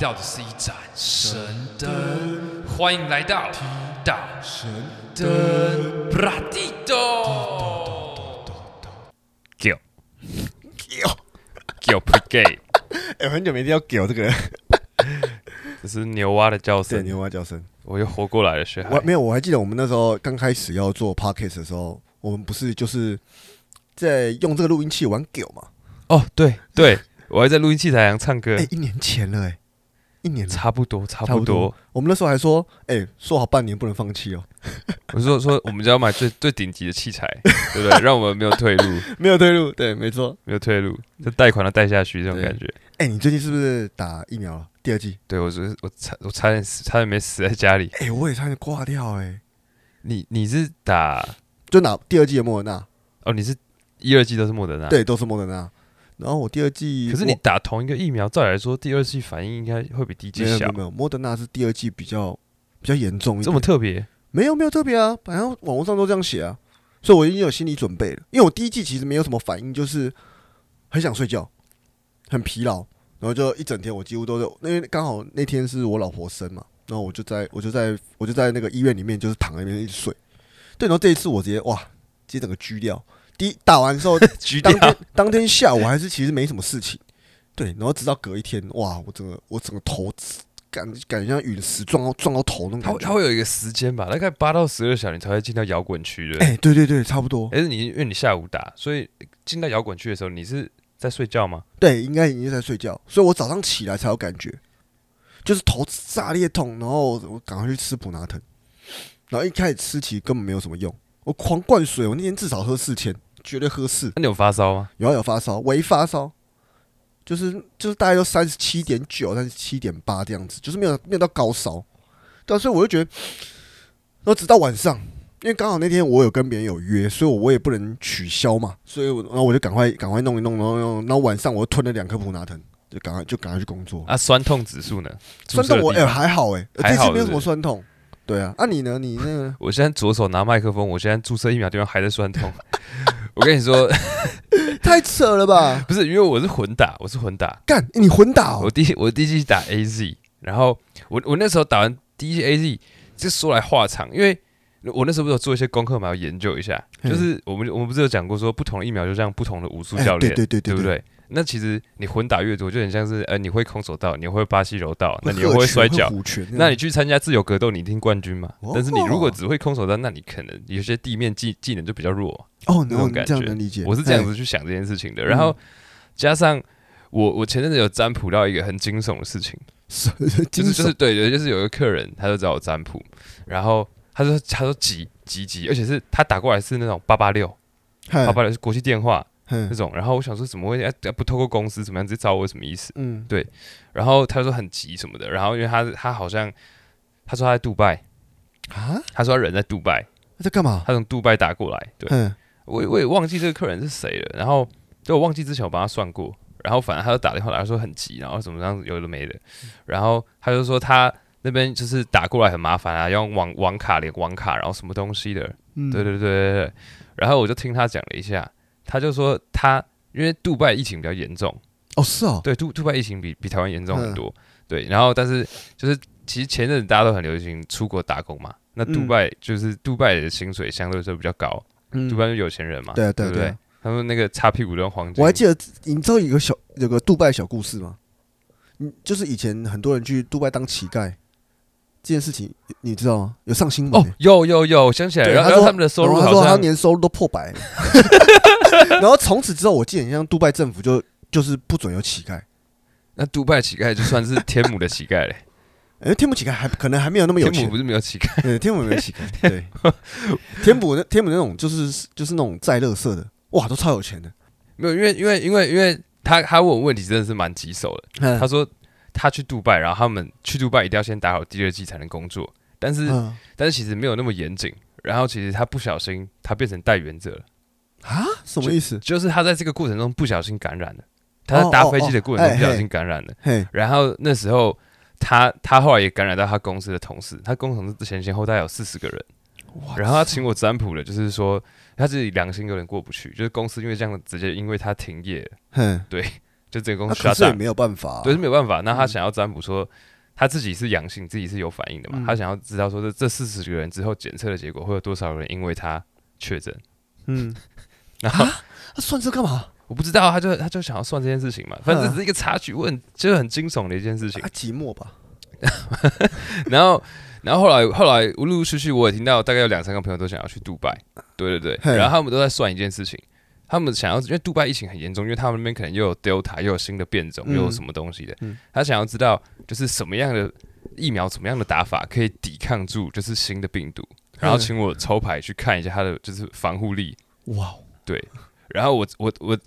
到的是一盏神灯，欢迎来到提到神灯布拉蒂多。 g i l g i l p g a y 哎、我很久没听到“狗”这个人，这是牛蛙的叫对，声，牛蛙叫声。我又活过来了，学海我。没有，我还记得我们那时候刚开始要做 podcast 的时候，我们不是就是在用这个录音器玩狗嘛？哦，对对，我还在录音器材上唱歌哎、，一年前了、哎，一年了。差不多差差不不多多。我们那时候还说，哎、说好半年不能放弃哦， 我说说，我们就要买最最顶级的器材，对不对？让我们没有退路，没有退路。对，没错。没有退路，这贷款都啊贷下去，这种对感觉。哎、你最近是不是打疫苗了？第二季？对我是我差我差点死，差点没死在家里。哎、我也差点挂掉、哎，你你是打就拿第二季的莫德纳，哦？你是一二季都是莫德纳？。对，都是莫德纳。然后我第二季，啊可是你我打同一个疫苗，照理来说，第二季反应应该会比第一季没有没小有，没有，莫德纳是第二季比较比较严重一点，这么特别。没有没有特别啊，反正网络上都这样写啊，所以我已经有心理准备了。因为我第一季其实没有什么反应，就是很想睡觉，很疲劳，然后就一整天我几乎都是，因为刚好那天是我老婆生嘛，然后我就在我就在我就在那个医院里面就是躺在那边一直睡。对，然后这一次我直接哇，直接整个狙掉。第一打完之 后，局当掉天当天下午还是其实没什么事情，对，然后直到隔一天，哇，我整个我整个头感感觉像陨石撞到撞到头那种它感会觉它。会有一个时间吧，大概八到十二小时你才会进到摇滚区的。哎、对对对，差不多。但是你因为你下午打，所以进到摇滚区的时候，你是在睡觉吗？对，应该已经在睡觉，所以我早上起来才有感觉，就是头炸裂痛，然后我赶快去吃普拿疼，然后一开始吃其实根本没有什么用，我狂灌水，我那天至少喝四千，绝对喝四，那你有发烧吗？然后有发烧，微发烧，就是就是大概都三十七点九、三十七点八这样子，就是没有没有到高烧，对、啊，所以我就觉得，然后直到晚上，因为刚好那天我有跟别人有约，所以我也不能取消嘛，所以我然后我就赶快赶快弄一弄，然后然后然后晚上我又吞了两颗普拿疼，就赶快就赶快去工作。啊，酸痛指数呢？酸痛我注射的地哎、方还好哎、还这好次没有是什不么是酸痛，对啊，啊你呢？ 你那个我现在左手拿麦克风，我现在注射疫苗地方还在酸 痛。我跟你说， 太扯了吧？不是因为我是混打，我是混打。干，你混打、哦我，第一我第一季打 AZ，然后我我那时候打完第一季 AZ，这说来话长，因为我那时候不是有做一些功课嘛，有研究一下，嗯就是我们我们不是有讲过说不同的疫苗就像不同的武术哎教练，对对对对对不对？那其实你混打越多，就很像是呃，你会空手道，你会巴西柔道，那你又喝会拳摔跤，虎拳样那你去参加自由格斗，你一定冠军嘛。哦但是你如果只会空手道，那你可能有些地面技技能就比较弱。哦，然后那种你感这样觉能理解，我是这样哎子去想这件事情的。嗯然后加上我，我前阵子有占卜到一个很惊悚的事情，是 就哎惊是就悚是对对，就是有一个客人，他就找我占卜，然后他说他说急急急，而且是他打过来是那种八八六嗨八八六是国际电话嗯那种。然后我想说怎么会哎不透过公司怎么样直接找我什么意思？嗯对然后他说很急什么的，然后因为他他好像他说他在杜拜，啊，他说他人在杜拜，在干嘛？他从杜拜打过来，对嗯，我我也忘记这个客人是谁了，然后就我忘记之前我帮他算过，然后反正他就打电话来说很急，然后怎么样有的没的，嗯然后他就说他那边就是打过来很麻烦啊，要用网网卡连网卡，然后什么东西的，嗯对对对对对，然后我就听他讲了一下，他就说他因为杜拜疫情比较严重，哦是哦，对，杜杜拜疫情比比台湾严重嗯很多。对，然后但是就是其实前阵子大家都很流行出国打工嘛，那杜嗯拜就是杜拜的薪水相对来说比较高，嗯杜拜是有钱人嘛，对啊对对啊不对啊，他们那个擦屁股都用黄金，我还记得你知道有个小有个杜拜小故事吗？嗯，就是以前很多人去杜拜当乞丐这件事情，你知道吗？有上新闻哦欸，有有有，我想起来了，对然后他然后说他们的收入然后好他说他像年收入都破 百，然后从此之后，我记得很像杜拜政府就就是不准有乞丐。那杜拜乞丐就算是天母的乞丐嘞，哎，天母乞丐还可能还没有那 么有天母钱不，是没有乞丐，对，天母没有乞丐。对，天母那天母那种就是就是那种载乐色的，哇，都超有钱的。没有，因为因为因为因为他他问我问题真的是蛮棘手的，嗯他说他去杜拜，然后他们去杜拜一定要先打好第二季才能工作，但是嗯但是其实没有那么严谨。然后其实他不小心，他变成带原者了，啊，什么意思？就是他在这个过程中不小心感染了，他在搭飞机的过程哦哦哦中哦不小心感染了。嘿，然后那时候他他后来也感染到他公司的同事，他公司同事前前后后大概有四十个人。然后他请我占卜了，就是说他自己良心有点过不去，就是公司因为这样直接因为他停业了，嘿，就这个公那司 shut 可是也 down，没有办法啊、对，是没有办法。那他嗯想要占卜说他自己是阳性，自己是有反应的嘛？嗯他想要知道说这这四十个人之后检测的结果会有多少人因为他确诊？嗯，然后那算这干嘛？ 我不知道，他就他就想要算这件事情嘛，嗯反正这只是一个插曲，我很就是很惊悚的一件事情啊，。寂寞吧。 然后，然后后来后来陆陆续续我也听到，大概有两三个朋友都想要去杜拜，对对嘿对，然后他们都在算一件事情，他们想要因为杜拜疫情很严重，因为他们那边可能又有 Delta 又有新的变种，嗯又有什么东西的，嗯他想要知道就是什么样的疫苗怎么样的打法可以抵抗住就是新的病毒，然后请我抽牌去看一下他的就是防护力，哇，哦然后我我我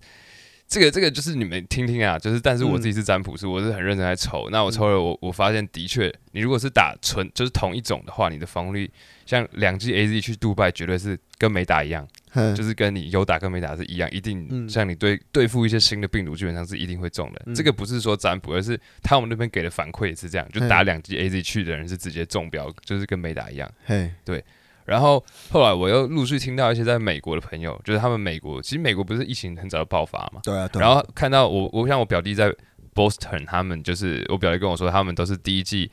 这个这个就是你们听听啊，就是但是我嗯自己是占卜师，我是很认真在抽。那我抽了，我我发现的确，你如果是打纯就是同一种的话，你的防护力像两剂 A Z 去杜拜，绝对是跟没打一样，嗯就是跟你有打跟没打是一样，一定、嗯像你对对付一些新的病毒，基本上是一定会中的。嗯这个不是说占卜，而是他们那边给的反馈也是这样，就嗯打两剂 A Z 去的人是直接中标，就是跟没打一样。嘿，然后后来我又陆续听到一些在美国的朋友，就是他们美国，其实美国不是疫情很早就爆发嘛，对啊，对啊。然后看到我，我像我表弟在 Boston，他们就是我表弟跟我说，他们都是第一季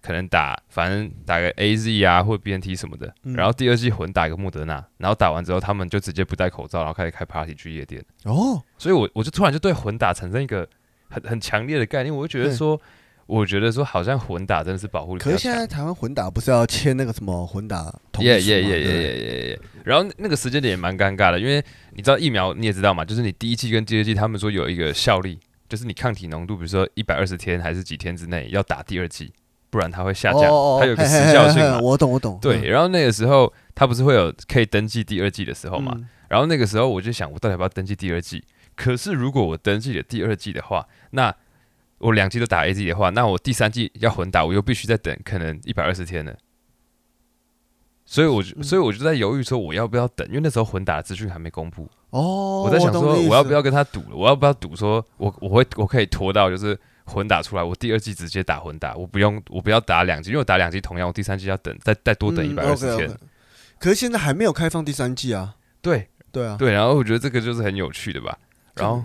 可能打，反正打个 A Z 啊或 B N T 什么的，嗯然后第二季混打一个莫德纳，然后打完之后他们就直接不戴口罩，然后开始开 party 去夜店，哦，所以我我就突然就对混打产生一个很很强烈的概念，我就觉得说，我觉得说好像混打真的是保护力比可较是强现。在台湾混打不是要签那个什么混打同意耶书耶吗耶耶！耶耶耶！然后那个时间点也蛮尴尬的，因为你知道疫苗你也知道嘛，就是你第一季跟第二季，他们说有一个效力，就是你抗体浓度，比如说一百二十天还是几天之内要打第二季，不然它会下对不降，对哦哦哦它有个嘿时效性嘿嘿嘛嘿。我懂，我懂。嗯对，然后那个时候它不是会有可以登记第二季的时候嗯，嘛？嗯然后那个时候我就想，我到底要不要登记第二季？可是如果我登记了第二季的话，那我两季都打 A Z 的话，那我第三季要混打，我又必须再等可能一百二十天了。所以我就，嗯所以我就在犹豫说我要不要等，因为那时候混打的资讯还没公布，哦，我在想懂说你意我要思不要跟他赌了，我要不要赌说我我会我可以拖到就是混打出来，我第二季直接打混打，我不用我不要打两季，因为我打两季同样我第三季要等再再多等一嗯百二十天。 OK，OK 可是现在还没有开放第三季啊。对对啊，对，然后我觉得这个就是很有趣的吧。然后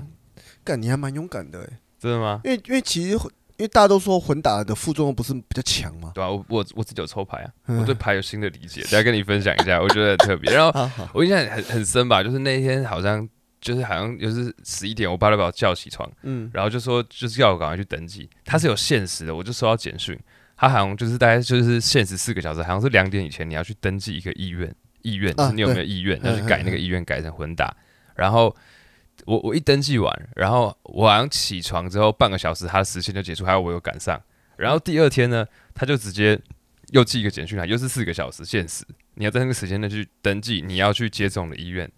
干你还蛮勇敢的欸，真的吗？因为因为其实混因为大家都说混打的副作用不是比较强嘛。 对啊，我我我自己有抽牌啊，嗯我对牌有新的理解，等下跟你分享一下，我觉得很特别。然后啊好，我印象很很深吧，就是那一天好像就是好像就是十一点，我爸就把我叫起床，嗯，然后就说就是要我赶快去登记，他是有限时的，我就收到简讯，他好像就是大概就是限时四个小时，好像是两点以前你要去登记一个意愿，意愿啊就是你有没有对意愿，嗯要去改那个意愿改成混打，然后。我我一登记完，然后我好像起床之后半个小时，他的时限就结束，还有我有赶上。然后第二天呢，他就直接又寄一个简讯来，又是四个小时限时，你要在那个时间内去登记，你要去接种的医院。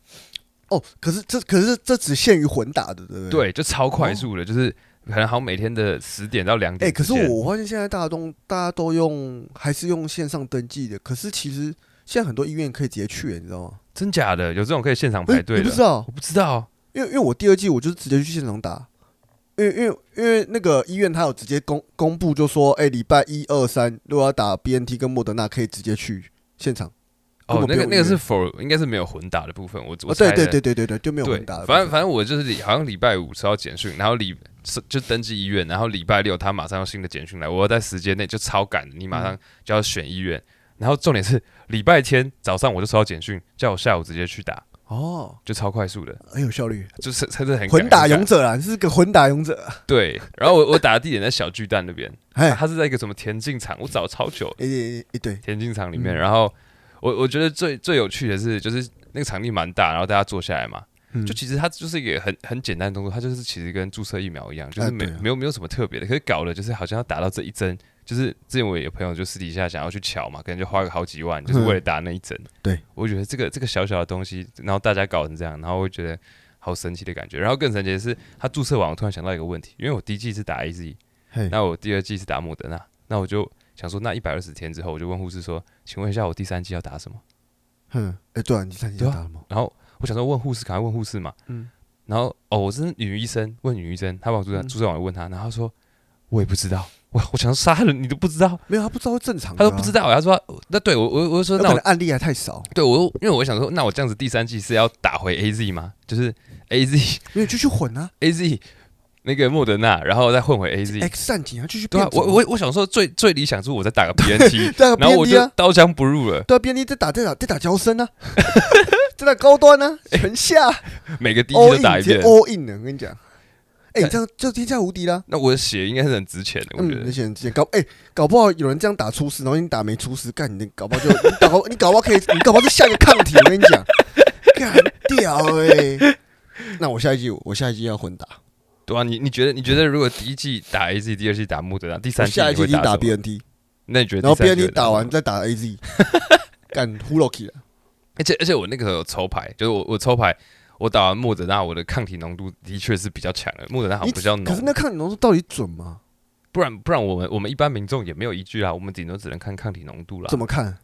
哦，可是这可是这只限于混打的，对不对？。哦对，就超快速的，就是可能好像每天的十点到两哎、点可是之间。我发现现在大家都大家都用还是用线上登记的，可是其实现在很多医院可以直接去，你知道吗？真假的有这种可以现场哎排队你的不？知道我，不知道，啊因为因为我第二季我就是直接去现场打，因为因为因为那个医院他有直接公公布就说，哎、礼拜一二三如果要打 BNT 跟莫德纳可以直接去现场。哦，根本不那个用那个约是 for 应该是没有混打的部分，我我啊，对猜对的对对对对，就没有对混打的部分。反正反正我就是礼好像礼拜五收到简讯，然后礼是就登记医院，然后礼拜六他马上有新的简讯来，我要在时间内就超赶，你马嗯上就要选医院。然后重点是礼拜天早上我就收到简讯，叫我下午直接去打，哦，就超快速的，很有效率，就是 真的很赶混打很赶勇者啦，是个混打勇者。啊对。然后我我打的地点在小巨蛋那边，啊哎，他是在一个什么田径场，我找了超久，一一对，田径场里面。嗯然后我我觉得最最有趣的是，就是那个场地蛮大，然后大家坐下来嘛，嗯就其实它就是一个很很简单的动作，它就是其实跟注射疫苗一样，就是啊没、对啊没有没有什么特别的，可是搞的就是好像要打到这一针，就是之前我有朋友就私底下想要去瞧嘛，可能就花个好几万，就是为了打那一针。 对，我觉得这个这个小小的东西，然后大家搞成这样，然后我觉得好神奇的感觉。然后更神奇的是，他注射完，我突然想到一个问题，因为我第一季是打 A Z，嘿那我第二季是打莫德纳，那我就想说，那一百二十天之后，我就问护士说，请问一下我第三季要打什么？嗯，哎、对啊，你上季对就啊打了吗？然后我想说问护士，赶快问护士嘛。嗯然后哦，我是女医生，问女医生，她帮我注射，嗯注射完我问她，然后她说我也不知道，我我想杀人你都不知道，没有，他不知道正常、啊，她都不知道。道，她说那对我我我就说可那能我案例还太少，对我因为我想说那我这样子第三季是要打回 A Z 吗？就是 A Z 因为就去混啊。 A Z 那个莫德纳，然后再混回 A Z。 X 战警啊，继续对变啊，种我啊，我我想说最最理想是我再打个 B N T，对啊然后我 BND 就啊，刀枪不入了，对啊，便利在打在打在打交 身啊，在打高端啊，全下每个 D ，all 都 in 打一直接遍。 all in 的，我跟你讲，哎，这样就天下无敌啦。那我的血应该是很值钱的，我觉嗯，那得。些人之前搞哎、搞不好有人这样打出师，然后你打没出师，干你搞不好就你搞你搞不好可以，你搞不好是下一个抗体。我跟你讲， 干屌哎、那我下一季我下一季要混打，对啊，你你觉得你觉得如果第一季打 A Z，第二季打莫德纳，第我三季下一你季会一定打打什么 BNT，那你觉得然后第三季 BNT 会打什么完再打 AZ，干呼 l o k 了。而且而且我那个时候有抽牌，就是我我抽牌，我打完莫德纳，我的抗体浓度的确是比较强的，莫德纳好你像比较可是浓，那抗体浓度到底准吗？不然不然我们我们一般民众也没有依据啊，我们顶多只能看抗体浓度啦怎，么看？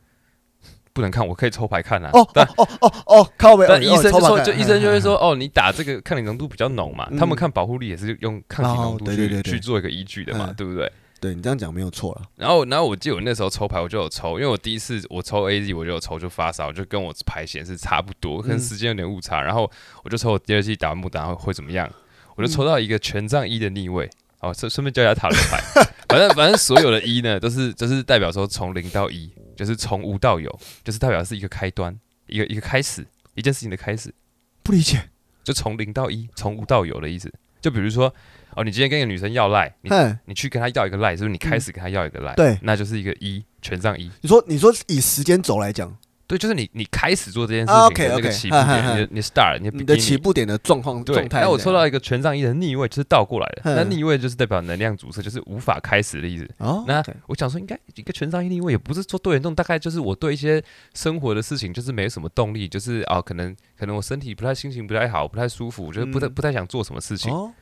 不能看，我可以抽牌看啊。哦但哦哦哦，靠背，但哦医生就超嗯麻说，烦就医生就会说，哦，你打这个抗体浓度比较浓嘛，嗯他们看保护力也是用抗体浓度哦对对去对对去做一个依据的嘛，嗯对不对？对你这样讲没有错了。然后，然后我记得我那时候抽牌，我就有抽，因为我第一次我抽 A Z，我就有抽就发烧，就跟我牌显示差不多，可能嗯时间有点误差。然后我就抽我第二季打完木达会会怎么样，我嗯就抽到一个权杖一的逆位，哦，顺顺便教一下塔罗牌，反正反正所有的一呢，都是就是代表说从零到一，就是从无到有，就是代表是一个开端，一个一个开始，一件事情的开始。不理解，就从零到一，从无到有的意思。就比如说，哦，你今天跟一个女生要赖，你嗨，你去跟她要一个赖，就是你开始跟她要一个赖，嗯对那就是一个一权杖一。你说你说以时间轴来讲，对，就是你你开始做这件事啊情，OK，的那个 OK，起步嗨嗨点，嗨你的你的 start，你的你的 beginning 起步点的状况对状，态。那我抽到一个权杖一的逆位，就是倒过来的。嗯那逆位就是代表能量阻塞，就是无法开始的意思。哦，那 OK 我想说，应该一个权杖一逆位也不是说多严重，大概就是我对一些生活的事情就是没有什么动力，就是啊，可能可能我身体不太心情不太好，不太舒服，就是不太嗯不太想做什么事情。哦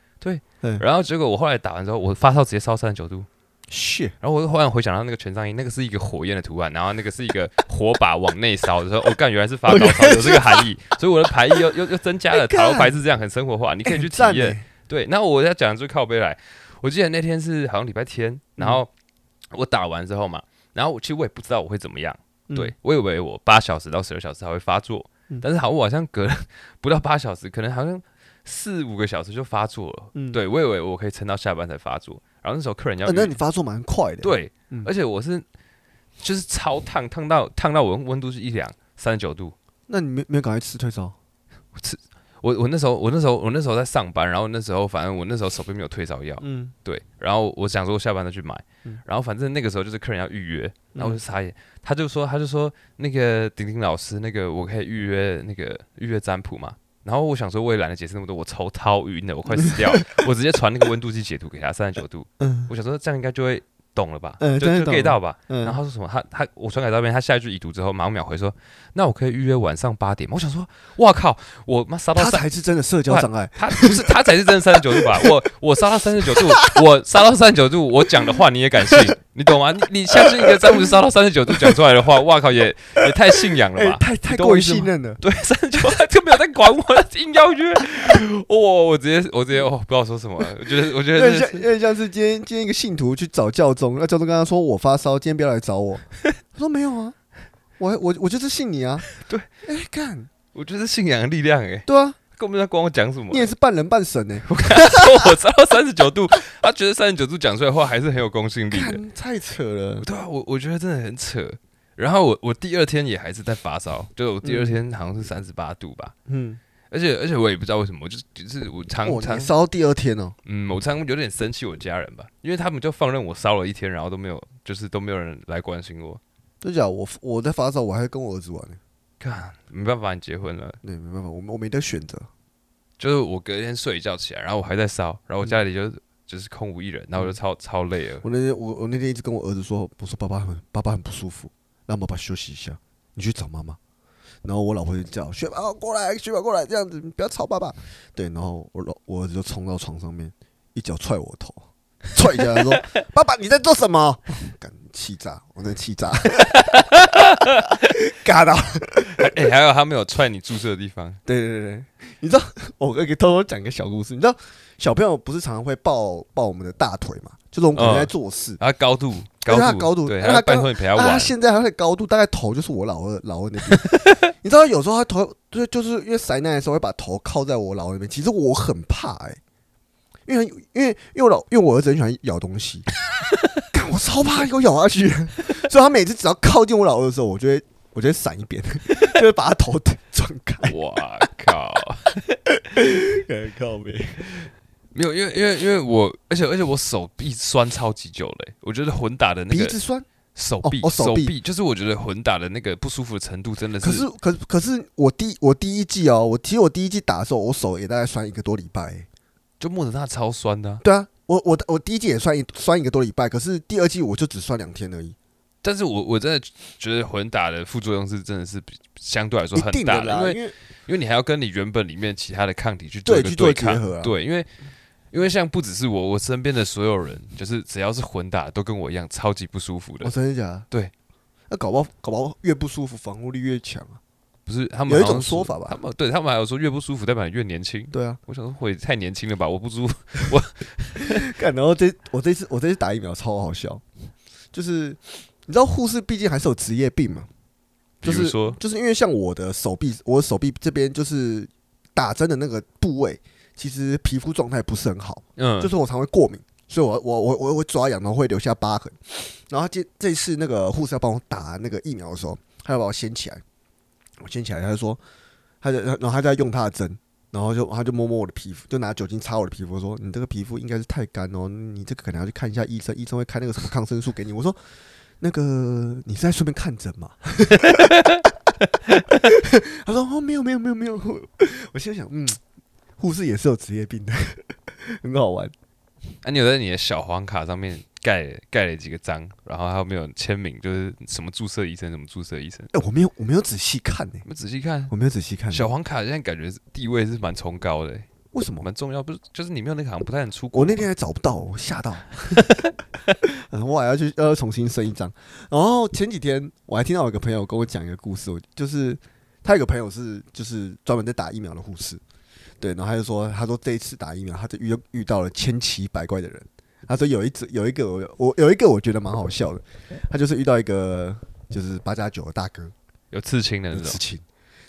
然后结果我后来打完之后，我发烧直接烧三十九度。是然后我又忽然回想到那个权杖一，那个是一个火焰的图案，然后那个是一个火把往内烧的时候，我、哦、干原来是发高烧，有这个含义，所以我的牌意又又又增加了。塔罗牌是这样很生活化，你哎可以去体验。欸对，那我要讲的就是靠背来，我记得那天是好像礼拜天，然嗯后我打完之后嘛，然后我其实我也不知道我会怎么样，对，我以为我八小时到十二小时才会发作，嗯但是好像我好像隔了不到八小时，可能好像四五个小时就发作了。嗯对，我以为我可以撑到下班才发作，然后那时候客人要呃，那预你发作蛮快的。，对，嗯而且我是就是超烫，烫到烫到我温度是一两三十九度。那你没没有赶快吃退烧？我我那时候我那时候我那时候在上班，然后那时候反正我那时候手边没有退烧药，嗯，对，然后我想说我下班再去买，嗯然后反正那个时候就是客人要预约，然后我就傻眼，他就说他就说那个丁丁老师，那个我可以预约那个预约占卜嘛。然后我想说，我也懒得解释那么多，我头超晕的，我快死掉 了。我直接传那个温度计解读给他，三十九度。嗯我想说这样应该就会懂了吧，嗯就这样就懂 get 了到吧。嗯，然后他说什么？他他我传给照片，他下一句已读之后，马上秒回说：“那我可以预约晚上八点吗？”我想说，哇靠，我妈烧嗯到他三，才是真的社交障碍。他不是他才是真的三十九度吧？我我烧到三十九度， 我烧到三十九度，我讲的话你也敢信，你懂吗？你你相信一个詹姆斯烧到三十九度讲出来的话，哇靠，也也太信仰了哎吧，？太太你懂过我于意思吗信任了。对，三十九他就没有在管我，硬要约我，我直接我直接哦，不知道说什么了，我觉得我觉有得点这像，是有点像是今天今天一个信徒去找教宗，那教宗跟他说我发烧，今天不要来找 我。他说没有啊，我我我就是信你啊。 对，哎干，我觉得是信仰的力量哎、对啊，根本不知道管我讲什么。你也是半人半神呢。欸我跟他说 我烧到三十九度，他觉得三十九度讲出来的话还是很有公信力的。干，太扯了。对啊，我我觉得真的很扯。然后我我第二天也还是在发烧，就我第二天好像是三十八度吧，嗯，而且而且我也不知道为什么，我就就是我常我常才烧到第二天哦。嗯，我常有点生气我家人吧，因为他们就放任我烧了一天，然后都没有就是都没有人来关心我。真假？我我在发烧，我还跟我儿子玩呢。看，没办法，你结婚了，对，没办法，我我没得选择。就是我隔天睡一觉起来，然后我还在烧，然后我家里就、就是空无一人，然后嗯我就超超累了。 我那天我我那天一直跟我儿子说，我说爸爸很爸爸很不舒服，让爸爸休息一下，你去找妈妈。然后我老婆就叫雪宝过来，雪宝过来，这样子你不要吵爸爸。对，然后我老我儿子就冲到床上面，一脚踹我头，踹一下他说：“爸爸你在做什么？” 干气炸，我在气炸， 嘎到。哎、还有他没有踹你注射的地方，对对对对，你知道我可以偷偷讲一个小故事，你知道小朋友不是常常会抱抱我们的大腿嘛？就是我们可能在做事，然后高度，因高为他度，高度对，因为他还要拜高托你陪他啊、玩他，现在他的高度大概头就是我老二老二那边，你知道有时候他头就就是因为塞奶的时候会把头靠在我老二那边，其实我很怕哎、因为因为因为我老因为我儿子很喜欢咬东西，干我超怕给我咬下去，所以他每次只要靠近我老二的时候，我就会我就会闪一边，就会把他头撞开，我靠！靠背。没有，因为因为因为我，而且而且我手臂酸超级久嘞、我觉得混打的那鼻个子酸，手哦臂、哦手臂就是我觉得混打的那个不舒服的程度真的可是可是可是我第我第一季哦，我其实我第一季打的时候，我手也大概酸一个多礼拜、欸就莫德纳超酸的啊、对啊，我我我第一季也酸一酸一个多礼拜，可是第二季我就只酸两天而已，但是我我真的觉得混打的副作用是真的是比相对来说一很定大的啦，因为因为因为你还要跟你原本里面其他的抗体去做对一个去做结抗，合啊，对，因为因为像不只是我，我身边的所有人，就是只要是混打都跟我一样超级不舒服我的，哦真的假的？对，那搞不好搞不好越不舒服，防护力越强啊，不是他们有一好像种说法吧他们对他们还有说越不舒服代表你越年轻。对啊，我想说，会太年轻了吧？我不 舒服。 干，然后这我这次我这次打疫苗超好笑，就是你知道护士毕竟还是有职业病嘛，比就是如说，就是因为像我的手臂，我手臂这边就是打针的那个部位，其实皮肤状态不是很好，嗯，就是我常会过敏，所以我我我我会抓痒，然后会留下疤痕。然后这这次那个护士要帮我打那个疫苗的时候，他要把我掀起来，我掀起来，他就说，他就然后他就在用他的针。然后就他就摸摸我的皮肤，就拿酒精擦我的皮肤，说：“你这个皮肤应该是太干哦，你这个可能要去看一下医生，医生会开那个什么抗生素给你。”我说：“那个你是在顺便看诊吗？” 他说：“哦，没有没有没有没有。”我心里想：“嗯，护士也是有职业病的， 很好玩。”啊，你有在你的小黄卡上面盖盖了几个章，然后还有没有签名？就是什么注射医生，什么注射医生？哎、我没有，我没有仔细看呢、你们仔细看，我没有仔细看、小黄卡现在感觉是地位是蛮崇高的、欸为什么？蛮重要，不是？就是你没有那个好像不太能出国。我那天还找不到，我吓到，嗯我还要去要重新申一张。然后前几天我还听到有个朋友跟我讲一个故事，我就是他有个朋友是就是专门在打疫苗的护士，对，然后他就说，他说这一次打疫苗，他就遇遇到了千奇百怪的人。他说有一只有一个我我有一个我觉得蛮好笑的，他就是遇到一个就是八加九的大哥，有刺青的那的事 种，情。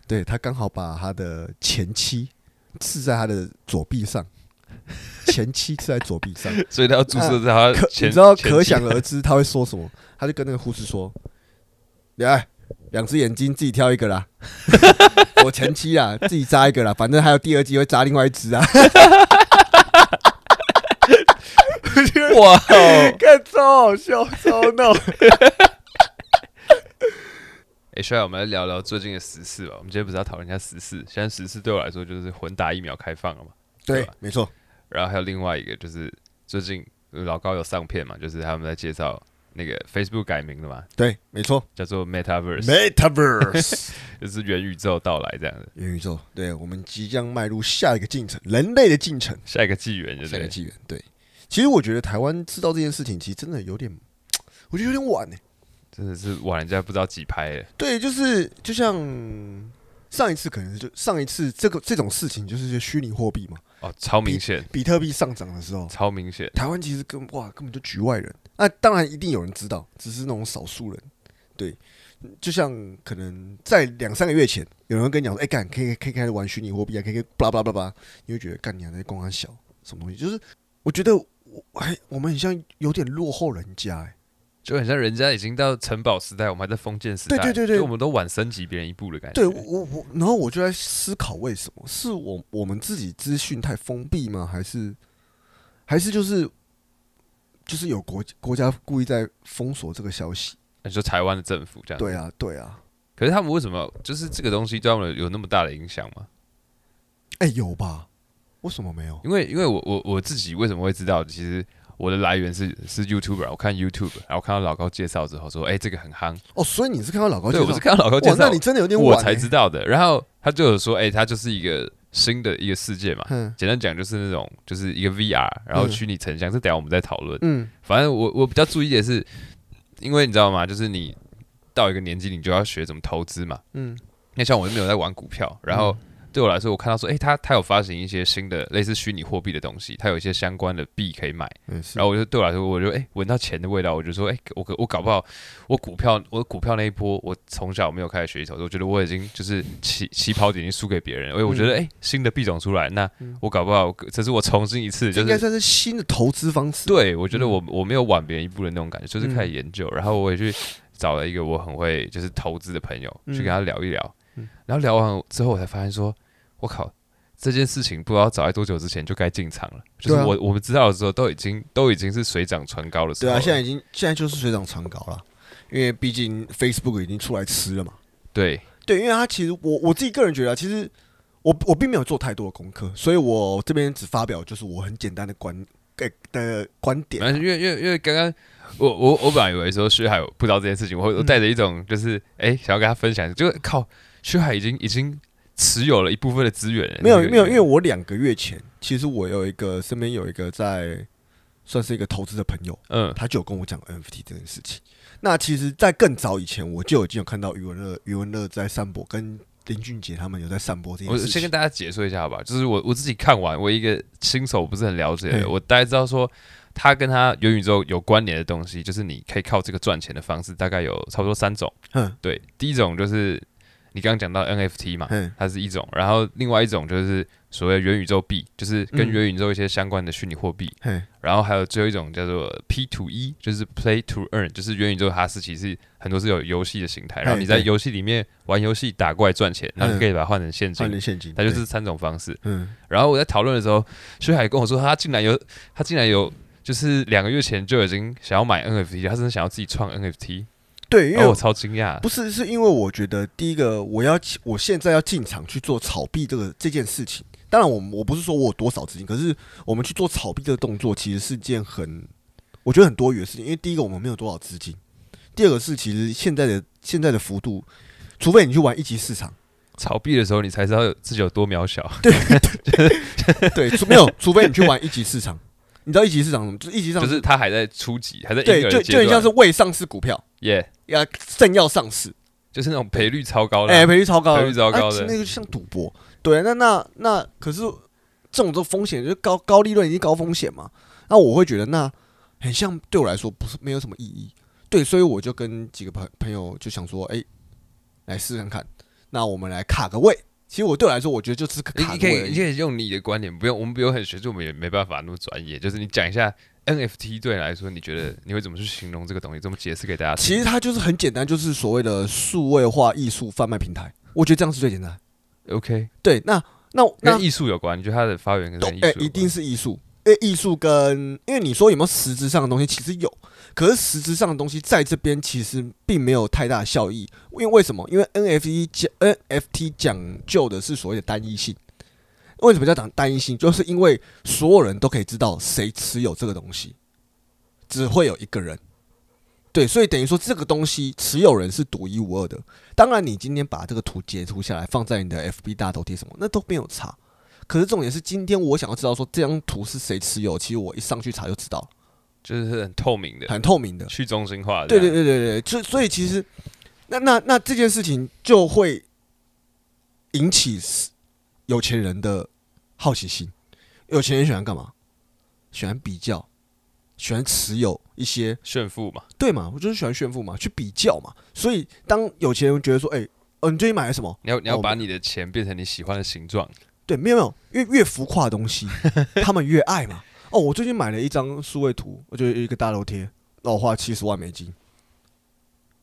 对他刚好把他的前妻刺在他的左臂 上，前妻刺在左臂上，所以他要注射在他可呃前，你知道前可期想而知他会说什么？他就跟那个护士说：“来，两只眼睛自己挑一个 啦，我前妻啊，自己扎一个啦，反正还有第二季会扎另外一只啊。” 哇 哦！看超好笑，超闹。 哎，帅，我们来聊聊最近的时事吧。我们今天不是要讨论一下时事？现在时事对我来说就是混打疫苗开放了嘛，对，没错，然后还有另外一个就是最近呃老高有上片嘛，就是他们在介绍那个 Facebook 改名的嘛，对，没错。叫做 Metaverse， Metaverse 就是元宇宙到来这样的元宇宙，对我们即将迈入下一个进程，人类的进程。下一个纪元，就下一个是纪元。对，其实我觉得台湾知道这件事情，其实真的有点，我觉得有点晚呢、欸真的是晚人家不知道几拍了。对，就是就像上一次，可能就上一次这个这种事情，就是虚拟货币嘛，哦，超明显，比特币上涨的时候，超明显，台湾其实根哇根本就局外人。那、当然一定有人知道，只是那种少数人。对，就像可能在两三个月前，有人会跟你讲说：“哎、干，可以可以开始玩虚拟货币啊，可以可以巴拉巴拉巴拉。”你会觉得干你还在公安小什么东西？就是我觉得我还我们很像有点落后人家、哎，就很像人家已经到城堡时代，我们还在封建时代，对对对对就我们都晚升级别人一步的感觉。对我我我，然后我就在思考，为什么是我我们自己资讯太封闭吗？还是还是就是就是有国国家故意在封锁这个消息？你说台湾的政府这样，对啊，对啊。可是他们为什么就是这个东西对他们有那么大的影响吗？哎、有吧？为什么没有？因为因为我我我自己为什么会知道？其实我的来源是是 YouTuber，我看 YouTube，然后看到老高介绍之后说，哎、这个很夯。哦，所以你是看到老高介对，绍？我是看到老高介哇，绍那你，真的有点晚、我欸，才知道的。然后他就有说，哎、它就是一个新的一个世界嘛。嗯简单讲就是那种就是一个 VR，然后虚拟成像，这等一下我们再讨论。嗯，反正我我比较注意的是，因为你知道吗？就是你到一个年纪，你就要学怎么投资嘛。嗯，那像我就没有在玩股票，然后对我来说，我看到说，诶，他他有发行一些新的类似虚拟货币的东西，他有一些相关的币可以买。嗯，是然后我就对我来说，我就诶闻到钱的味道，我就说，诶，我可我搞不好我股票我股票那一波，我从小没有开始学习投资，我觉得我已经就是起起跑点已经输给别人了，因为我嗯觉得诶新的币种出来，那我搞不好这是我重新一次这就应该是。算是新的投资方式。对，我觉得我、我没有晚别人一步的那种感觉，就是开始嗯研究，然后我也去找了一个我很会就是投资的朋友，去跟他嗯聊一聊，然后聊完之后，我才发现说，我靠，这件事情不知道早在多久之前就该进场了，就是对啊我、我们知道的时候都已经都已经是水涨船高的时对候了，啊，现在已经现在就是水涨船高了，因为毕竟 Facebook 已经出来吃了嘛。对对，因为他其实我我自己个人觉得啊，其实我我并没有做太多的功课，所以我这边只发表就是我很简单的观给的观点反。正因为因为因为刚刚我我我本来以为说薛海不知道这件事情，嗯我会我带着一种就是哎、诶想要跟他分享，就是靠薛海已经已经持有了一部分的资源了，没有那个没有，因为我两个月前，其实我有一个身边有一个在算是一个投资的朋友，嗯他就有跟我讲 NFT 这件事情。那其实，在更早以前，我就已经有看到余文乐、余文乐在散播，跟林俊杰他们有在散播这件我事情。先跟大家解说一下好吧，就是我我自己看完，我一个新手不是很了解嘿的，我大概知道说它跟它元宇宙有关联的东西，就是你可以靠这个赚钱的方式，大概有差不多三种。嗯对，第一种就是你刚刚讲到 NFT 嘛，嗯它是一种，然后另外一种就是所谓元宇宙币，就是跟嗯元宇宙一些相关的虚拟货币，嘿然后还有最后一种叫做 P to E，就是 Play to Earn，就是元宇宙它是其实很多是有游戏的形态，然后嘿你在对嗯游戏里面玩游戏打怪赚钱，那你可以把它换成现金换。成现金，它就对是三种方式。嗯，然后我在讨论的时候，薛海跟我说，他竟然有，他竟然有，就是两个月前就已经想要买 NFT，他甚至想要自己创 NFT，对，因然后为我超惊讶。不是，是因为我觉得第一个，我要起我现在要进场去做炒币这个这件事情。当然我，我不是说我有多少资金，可是我们去做炒币这个动作，其实是件很我觉得很多余的事情。因为第一个，我们没有多少资金；第二个是，其实现在的现在的幅度，除非你去玩一级市场，炒币的时候，你才知道自己有多渺小。对，除没有，除非你去玩一级市场。你知道一级市场什么？就是一级市场就是他还在初级，还在对婴，儿就阶就段，很像是未上市股票，耶要正要上市，就是那种赔率超高的。哎、赔率超高的，赔率超高的啊那个就像赌博。对，那那那可是这种都风险就是高高利润以及高风险嘛。那我会觉得那很像对我来说不是没有什么意义。对，所以我就跟几个朋朋友就想说，哎、来试试看看。那我们来卡个位。其实我对我来说，我觉得就是个你卡你个可位以而你已。可以用你的观点，不用我们不用很学术，我们也没办法那么专业。就是你讲一下 NFT 对你来说，你觉得你会怎么去形容这个东西，怎么解释给大家听？其实它就是很简单，就是所谓的数位化艺术贩卖平台。我觉得这样是最简单。 OK，对，那那那跟艺术有关，你觉得它的发源跟都艺术哎、有关？一定是艺术。因为艺术跟因为你说有没有实质上的东西，其实有，可是实质上的东西在这边其实并没有太大的效益。因为为什么？因为 NFT 讲 NFT 讲究的是所谓的单一性。为什么叫讲单一性？就是因为所有人都可以知道谁持有这个东西，只会有一个人。对，所以等于说这个东西持有人是独一无二的。当然，你今天把这个图截图下来放在你的 FB 大头贴什么，那都没有差。可是重点是，今天我想要知道说这张图是谁持有，其实我一上去查就知道了，就是很透明的，很透明的。去中心化的。对对，对对对，就所以其实，那那那这件事情就会引起有钱人的好奇心。有钱人喜欢干嘛？喜欢比较，喜欢持有一些炫富嘛，对嘛？我就是喜欢炫富嘛，去比较嘛。所以当有钱人觉得说，哎、哦，你最近买了什么？你要你要哦把你的钱变成你喜欢的形状，对，没有没有，越越浮夸的东 西，他们越爱嘛。哦，我最近买了一张数位图，我就有一个大楼贴，那我花七十万美金，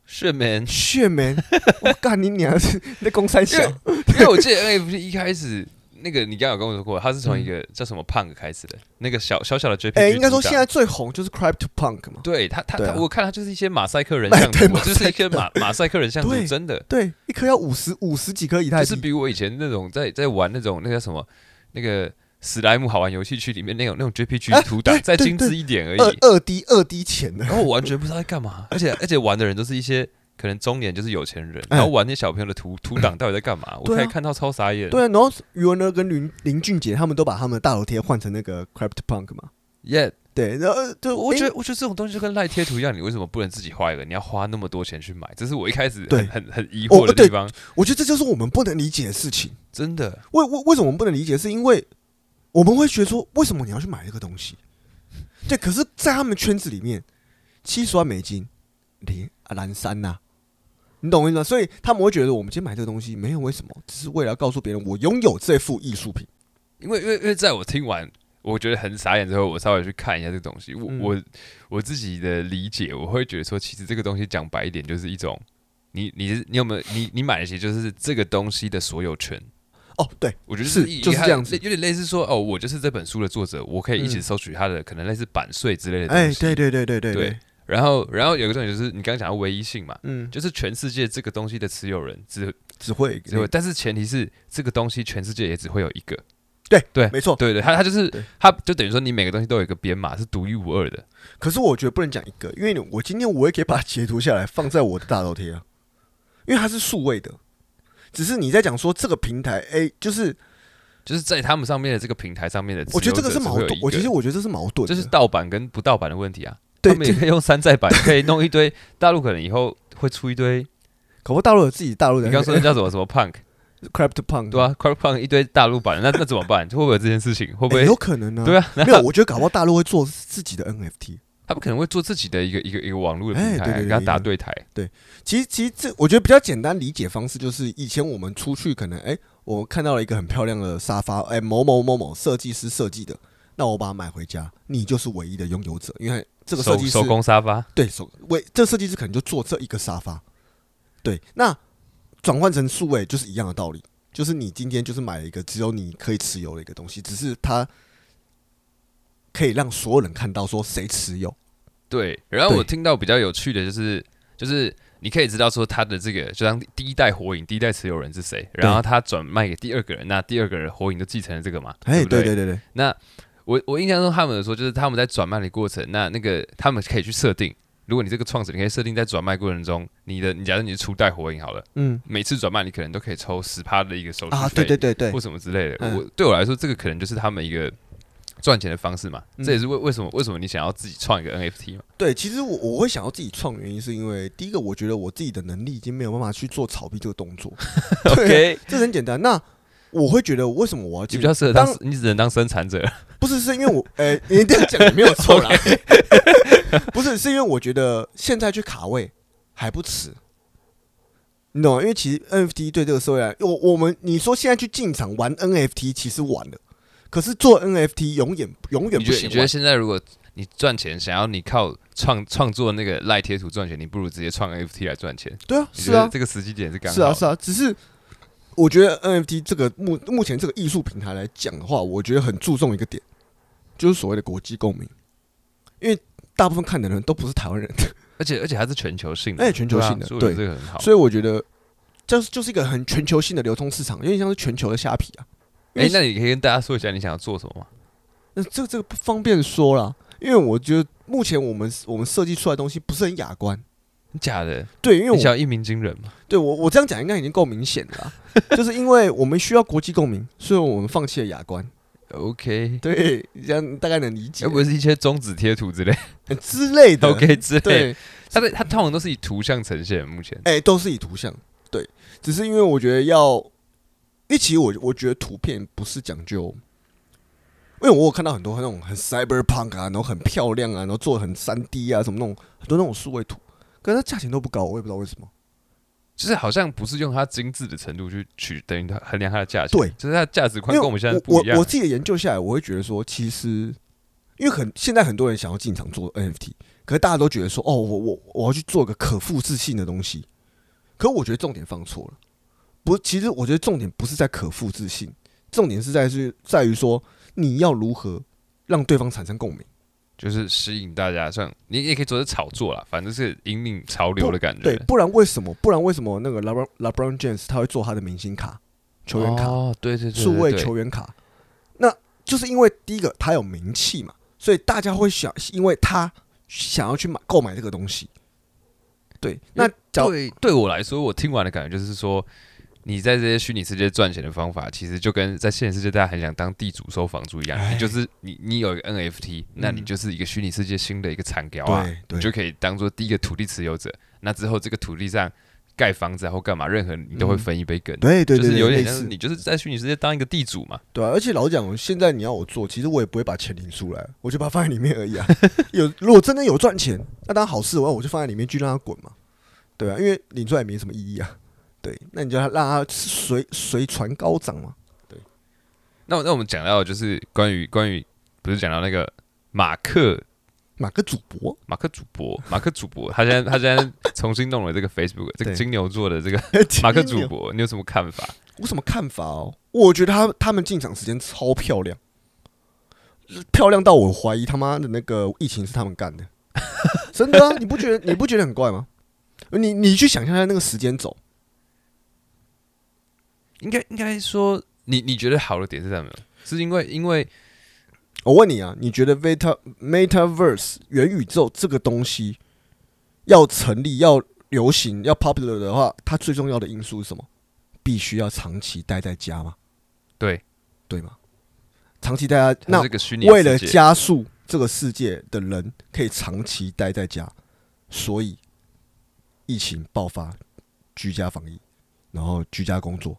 炫 man。炫美，我干你娘是那公三小，因为我记得 NFT 一开始那个你刚刚有跟我说过，它是从一个叫什么 Punk 开始的，那个小小小的 JPG 主打。嗯哎、应该说现在最红就是 Crypto Punk 嘛，对他他对啊他，我看他就是一些马赛克人哎 像对图，马就是一赛些克马马赛克人像图，对真的对，一颗要五十五十几颗以太就是币，比我以前那种在在玩那种那个什么那个史莱姆好玩游戏区里面那种那种 JPG 哎图对档呃再对精对致一点而二已。二 D 二 D 钱 的，然后我完全不知道在干嘛，而且而且玩的人都是一些可能中年就是有钱人，哎然后玩那小朋友的图图档到底在干嘛？我对啊可以看到 超傻眼。对啊，然后余文乐跟林林俊杰他们都把他们的大楼贴换成那个 Crypto Punk 嘛，耶、对，然后就我觉得得，我觉得这种东西就跟赖贴图一样，你为什么不能自己画一个？你要花那么多钱去买，这是我一开始对很很很疑哦惑的对地方。我觉得这就是我们不能理解的事情。真的，为为为什么我们不能理解？是因为我们会觉得说，为什么你要去买这个东西？对，可是，在他们圈子里面，七十万美金，零啊，蓝山呐、你懂我意思吗？所以他们会觉得我们今天买这个东西没有为什么，只是为了要告诉别人我拥有这幅艺术品。因为因为因为在我听完我觉得很傻眼之后，我稍微去看一下这个东西，我、嗯我我自己的理解，我会觉得说，其实这个东西讲白一点，就是一种你你你有没有你你买的其实就是这个东西的所有权。哦，对，我觉得是一就是它这样子有点类似说哦，我就是这本书的作者，我可以一起嗯收取他的、可能类似版税之类的哎、东西。对对对对对对，然后然后有一个重点就是你刚刚讲到唯一性嘛，嗯，就是全世界这个东西的持有人只只会只会，但是前提是这个东西全世界也只会有一个。对对没错。对对，它它就是哦对它就等于说你每个东西都有一个编码是独一无二的。可是我觉得不能讲一个，因为我今天我也可以把它截图下来放在我的大头贴啊，因为它是数位的。只是你在讲说这个平台，哎、就是就是在他们上面的这个平台上面的，我觉得这个是矛盾，我其觉实得我觉得这是矛盾这的，是盗版跟不盗版的问题啊。对他们也可以用山寨版，可以弄一堆大陆可能以后会出一堆，可不大陆有自己大陆的你那刚个，说那叫什么什么 punk， Craft Punk，对啊 c r o p punk 一堆大陆版，那那怎么办？ 会不会有这件事情？会不哎会有可能呢？对啊？那没有，我觉得搞不好大陆会做自己的 NFT。他们可能会做自己的一个一个一个网络的哎平台对啊，对对跟他对打对对台。其实，其实这我觉得比较简单理解方式就是，以前我们出去可能，哎、我看到了一个很漂亮的沙发，哎、某某某某设计师设计的，那我把它买回家，你就是唯一的拥有者，因为这个设手计师手工沙发，对手为这设计师可能就做这一个沙发，对，那转换成数位就是一样的道理，就是你今天就是买了一个只有你可以持有的一个东西，只是它可以让所有人看到说谁持有，对，然后我对听到比较有趣的就是，就是你可以知道说他的这个，就像第一代火影，第一代持有人是谁，然后他转卖给第二个人，那第二个人火影就继承了这个嘛，哎，不对对对对对，那我我印象中他们有说，就是他们在转卖的过程，那那个他们可以去设定，如果你这个创始人可以设定在转卖过程中，你的你假设你是初代火影好了，嗯每次转卖你可能都可以抽十趴的一个手续费，啊，对对对对或，什么之类的。嗯我对我来说，这个可能就是他们一个赚钱的方式嘛。嗯这也是为为什么为什么你想要自己创一个 NFT 嘛？对，其实我我会想要自己创，原因是因为第一个，我觉得我自己的能力已经没有办法去做炒币这个动 作对啊 OK 这很简单。那我会觉得为什么我要你进比？较适合当当，你只能当生产者。不是，是因为我， 呃、你这样讲也没有 错啦。 不是，是因为我觉得现在去卡位还不迟，你懂吗？因为其实 NFT 对这个社会来，我我们你说现在去进场玩 NFT 其实晚了，可是做 NFT 永远永远你不觉得行玩。你觉得现在如果你赚钱，想要你靠创创作那个赖贴图赚钱，你不如直接创 NFT 来赚钱。对啊，你是觉得啊，这个时机点是刚好是啊，是啊，只是我觉得 NFT 这个目目前这个艺术平台来讲的话，我觉得很注重一个点，就是所谓的国际共鸣，因为大部分看的人都不是台湾人，而且而且还是全球性的，哎全球性的对啊所以我觉对所得这个很好。以我觉得这是就是一个很全球性的流通市场，有点像是全球的虾皮啊。因哎为，那你可以跟大家说一下你想要做什么吗？那这这个不方便说啦，因为我觉得目前我们我们设计出来的东西不是很雅观。假的，对，因为你想我要一鸣惊人嘛？对我我这样讲应该已经够明显了啦， 就是因为我们需要国际共鸣，所以我们放弃了雅观。 OK，对，这样大概能理解要不是一些中指贴图之类之类的。哎，OK 之类的。对，它的它通常都是以图像呈现，目前哎、都是以图像，对，只是因为我觉得要，因为其实我我觉得图片不是讲究，因为我有看到很多那种很 cyberpunk 啊，然后很漂亮啊，然后做得很三 D 啊，什么那种很多那种数位图，可是它价钱都不高，我也不知道为什么。就是好像不是用它精致的程度去取等于它衡量它的价钱，对就是它的价值观因为跟我们现在我不一样我。自己的研究下来，我会觉得说，其实因为很现在很多人想要进场做 NFT，可是大家都觉得说，哦，我我我要去做个可复制性的东西。可我觉得重点放错了，不，其实我觉得重点不是在可复制性，重点是在是在于说你要如何让对方产生共鸣。就是吸引大家，像你也可以说是炒作啦，反正是引领潮流的感觉。对，不然为什么？不然为什么那个 LeBron LeBron James 他会做他的明星卡、球员卡？哦，对对对对，数位对球员卡，那就是因为第一个他有名气嘛，所以大家会想，因为他想要去买购买这个东西。对，那假如对对我来说，我听完的感觉就是说，你在这些虚拟世界赚钱的方法，其实就跟在现实世界大家很想当地主收房租一样，哎嗯你就是你你有一个 NFT，那你就是一个虚拟世界新的一个产条啊，对你对，就可以当做第一个土地持有者。那之后这个土地上盖房子啊或干嘛，任何你都会分一杯羹，嗯对对对，就是有点类像是似你就是在虚拟世界当一个地主嘛。对啊、而且老实讲，现在你要我做，其实我也不会把钱领出来，我就把它放在里面而已 啊。有如果真的有赚钱，那当然好事，我我就放在里面去让它滚嘛，对啊，因为领出来也没什么意义啊。对，那你就让它随随船高涨嘛。那我那我们讲到就是关于关于不是讲到那个马克哪个主播？ 马克主播马克主播，他现在他现在重新弄了这个 Facebook 这个对金牛座的这个马克主播，你有什么看法？我什么看法哦？我觉得他他们进场时间超漂亮，漂亮到我怀疑他妈的那个疫情是他们干的， 真的啊！你不觉得你不觉得很怪吗？你你去想象一下那个时间轴，应该应该说，你你觉得好的点是什么？是因为因为我问你啊，你觉得 Meta MetaVerse 元宇宙这个东西要成立、要流行、要 popular 的话，它最重要的因素是什么？必须要长期待在家吗？对，对吗？长期待在家，那它是个虚拟为了世界加速这个世界的人可以长期待在家，所以疫情爆发，居家防疫，然后居家工作，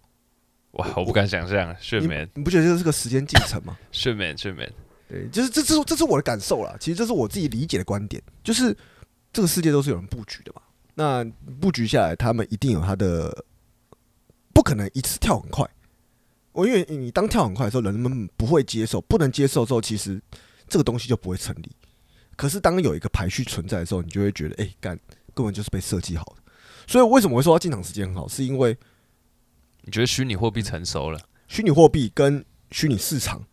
哇，我不敢想象，炫你美你不觉得这是个时间进程吗？炫美炫美，对，就是这这是这是我的感受啦。其实这是我自己理解的观点，就是这个世界都是有人布局的嘛。那布局下来，他们一定有他的，不可能一次跳很快。我因为你当跳很快的时候，人们不会接受，不能接受之后，其实这个东西就不会成立。可是当有一个排序存在的时候，你就会觉得，哎、干，根本就是被设计好的。所以为什么会说它进场时间很好，是因为你觉得虚拟货币成熟了？虚拟货币跟虚拟市场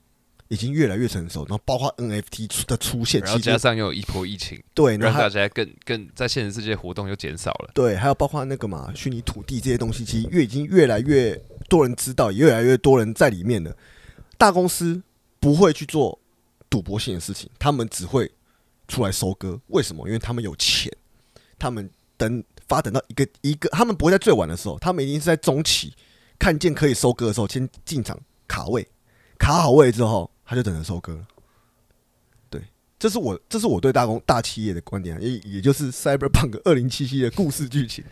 已经越来越成熟，然后包括 NFT 出的出现，然后其加实上又有一波疫情，对，然让后还大家更更在现实世界活动又减少了。对，还有包括那个嘛，虚拟土地这些东西，其实越已经越来越多人知道，也越来越多人在里面了。大公司不会去做赌博性的事情，他们只会出来收割。为什么？因为他们有钱，他们等发展到一个一个，他们不会在最晚的时候，他们一定是在中期看见可以收割的时候，先进场卡位，卡好位之后，他就等着收割了。对，这是我这是我对大公大企业的观点啊，也也就是 Cyberpunk 二零七七的故事剧情。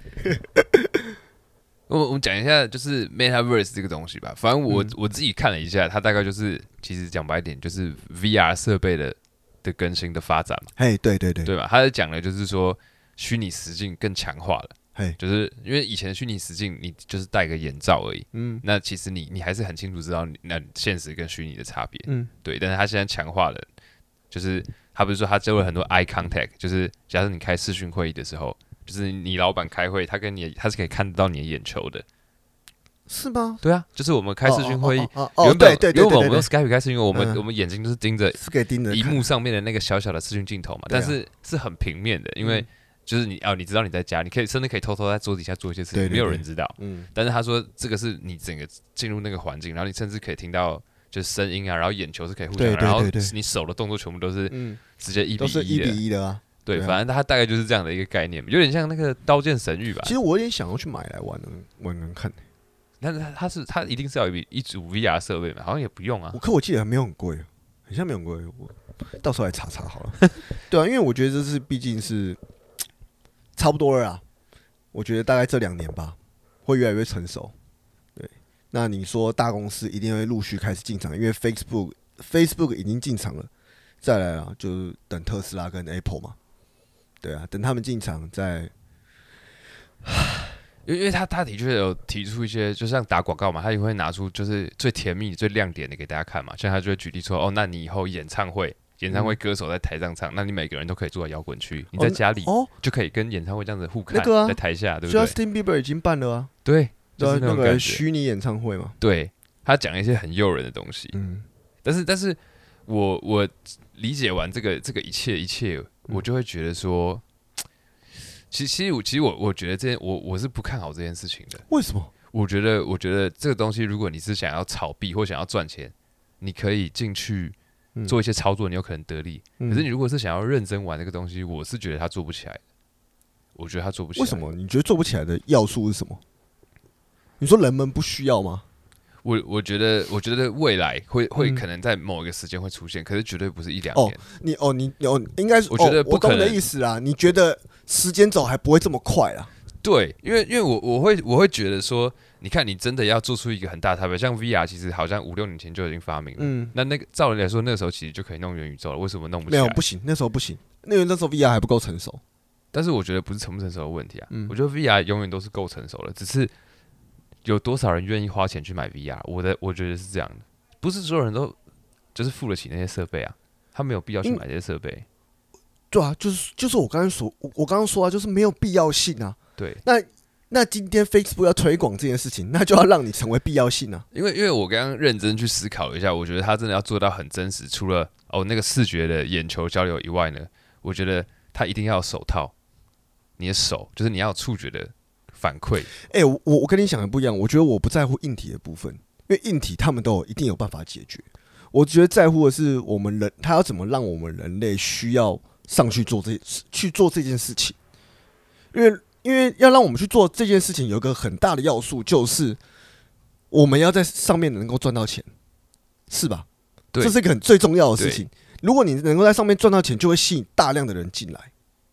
我我们讲一下就是 Metaverse 这个东西吧。反正嗯我、我自己看了一下，它大概就是其实讲白一点，就是 VR 设备的的更新的发展嘛，嘿，对对对，对吧？它在讲的就是说虚拟实境更强化了，嘿，就是因为以前虚拟实境你就是戴个眼罩而已，嗯那其实你你还是很清楚知道你那现实跟虚拟的差别，嗯，对。但是他现在强化了，就是他不是说他做了很多 eye contact，就是假设你开视讯会议的时候，就是你老板开会，他跟你他是可以看得到你的眼球的，是吗？对啊，就是我们开视讯会议哦，哦哦哦，哦原本对对对原本我对们对，用 Skype 开视讯会议，我们、嗯我们眼睛就是盯着是给盯着荧看，幕上面的那个小小的视讯镜头嘛，对啊但是是很平面的，因为嗯就是你哦，你知道你在家，你可以甚至可以偷偷在桌底下做一些事对情，对没有对人知道。嗯，但是他说这个是你整个进入那个环境，然后你甚至可以听到就是声音啊，然后眼球是可以互相，对对然后对对你手的动作全部都是嗯，直接一比都是一的，比一的啊。对，对啊反正他大概就是这样的一个概念，有点像那个《刀剑神域》吧其。实我有点想要去买来玩玩玩看，但是他他是他一定是要有一一组 VR 设备嘛，好像也不用啊我。可我记得还没有很贵，好像没有很贵，我到时候来查查 好了。对啊，因为我觉得这是毕竟是差不多了啦，我觉得大概这两年吧，会越来越成熟。对，那你说大公司一定会陆续开始进场，因为 Facebook Facebook 已经进场了，再来啊就是等特斯拉跟 Apple 嘛。对啊，等他们进场再因为因为他他的确有提出一些，就像打广告嘛，他也会拿出就是最甜蜜、最亮点的给大家看嘛。像他就会举例说，哦，那你以后演唱会，演唱会歌手在台上唱，那你每个人都可以坐在摇滚区，你在嗯哦家里哦就可以跟演唱会这样子互看，那个啊在台下，对不对？ ，Justin Bieber 已经办了啊，对，就对啊是，那那种个感觉。虚拟演唱会嘛，对他讲一些很诱人的东西，嗯，但是但是我我理解完这个这个一切一切，嗯我就会觉得说，其实其实我其实我我觉得这件我我是不看好这件事情的。为什么？我觉得，我觉得这个东西，如果你是想要炒币或想要赚钱，你可以进去嗯做一些操作，你有可能得利。可可是你如果是想要认真玩这个东西，我是觉得他做不起来的。我觉得他做不起来。为什？么？你觉得做不起来的要素是什么？你说人们不需要吗？我我觉得，我觉得未来会会嗯可能在某一个时间会出现，可是绝对不是一两哦年。你哦，你哦，应该是我觉得哦、不我懂你可的能意思啦。你觉得时间走还不会这么快啦？对，因为因为我我会我会觉得说，你看你真的要做出一个很大的差别，像 VR 其实好像五六年前就已经发明了。嗯，那那个照理来说，那个时候其实就可以弄元宇宙了，为什么弄不没起来？有不行，那时候不行，那个那时候 VR 还不够成熟。但是我觉得不是成不成熟的问题啊，嗯我觉得 VR 永远都是够成熟的，只是有多少人愿意花钱去买 VR？我的我觉得是这样的，不是所有人都就是付得起那些设备啊，他没有必要去因买这些设备。对啊，就是就是我刚才所我我刚刚说啊，就是没有必要性啊。对，那今天 Facebook 要推广这件事情，那就要让你成为必要性啊。因为因为我刚刚认真去思考了一下，我觉得他真的要做到很真实，除了哦那个视觉的眼球交流以外呢，我觉得他一定要有手套，你的手就是你要有触觉的反馈。哎、我我我跟你想的不一样，我觉得我不在乎硬体的部分，因为硬体他们都有一定有办法解决。我觉得在乎的是我们人，他要怎么让我们人类需要上去做这去做这件事情，因为因为要让我们去做这件事情，有一个很大的要素就是我们要在上面能够赚到钱，是吧？对这是一个很最重要的事情。如果你能够在上面赚到钱，就会吸引大量的人进来。